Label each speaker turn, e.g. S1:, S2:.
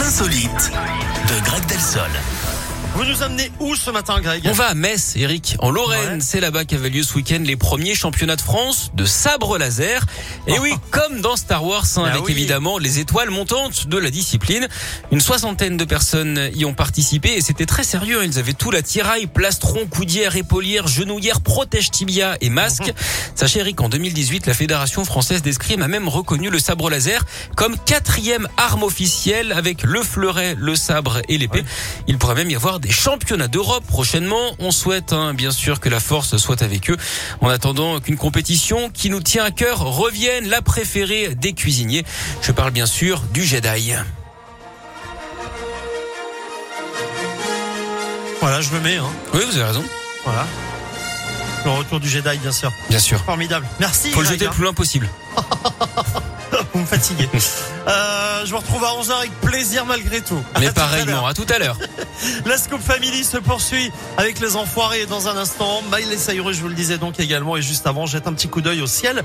S1: insolite de Greg Delsol.
S2: Vous nous amenez où ce matin, Greg
S3: On va à Metz, Eric, en Lorraine.
S2: Ouais.
S3: C'est là-bas qu'avaient lieu ce week-end les premiers championnats de France de sabre laser. Et oui, comme dans Star Wars, hein,
S2: Bah
S3: avec
S2: oui.
S3: évidemment les étoiles montantes de la discipline. Une soixantaine de personnes y ont participé et c'était très sérieux. hein. Ils avaient tout l'attirail, plastron, coudière, épaulière, genouillère, protège tibia et masque. Sachez, Eric, qu'en 2018, la Fédération française d'escrime a même reconnu le sabre laser comme quatrième arme officielle avec le fleuret, le sabre et l'épée. Il pourrait même y avoir des championnats d'Europe prochainement. On souhaite hein, bien sûr que la force soit avec eux. En attendant qu'une compétition qui nous tient à cœur revienne, la préférée des cuisiniers. Je parle bien sûr du Jedi.
S2: Voilà, je me mets. Hein.
S3: Oui, vous avez raison.
S2: Voilà. Le retour du Jedi, bien sûr.
S3: Bien sûr.
S2: Formidable. Merci.
S3: Faut le
S2: Greg,
S3: jeter le plus loin possible.
S2: hein. Vous me fatiguez. Euh, je vous retrouve à 11h avec plaisir malgré tout. À
S3: Mais
S2: tout à l'heure.
S3: pareillement, à tout à l'heure.
S2: La Scoop Family se poursuit avec les enfoirés dans un instant. Miley Cyrus, je vous le disais donc également. Et juste avant, jette un petit coup d'œil au ciel.